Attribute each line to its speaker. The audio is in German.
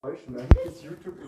Speaker 1: Deutschland ist YouTube.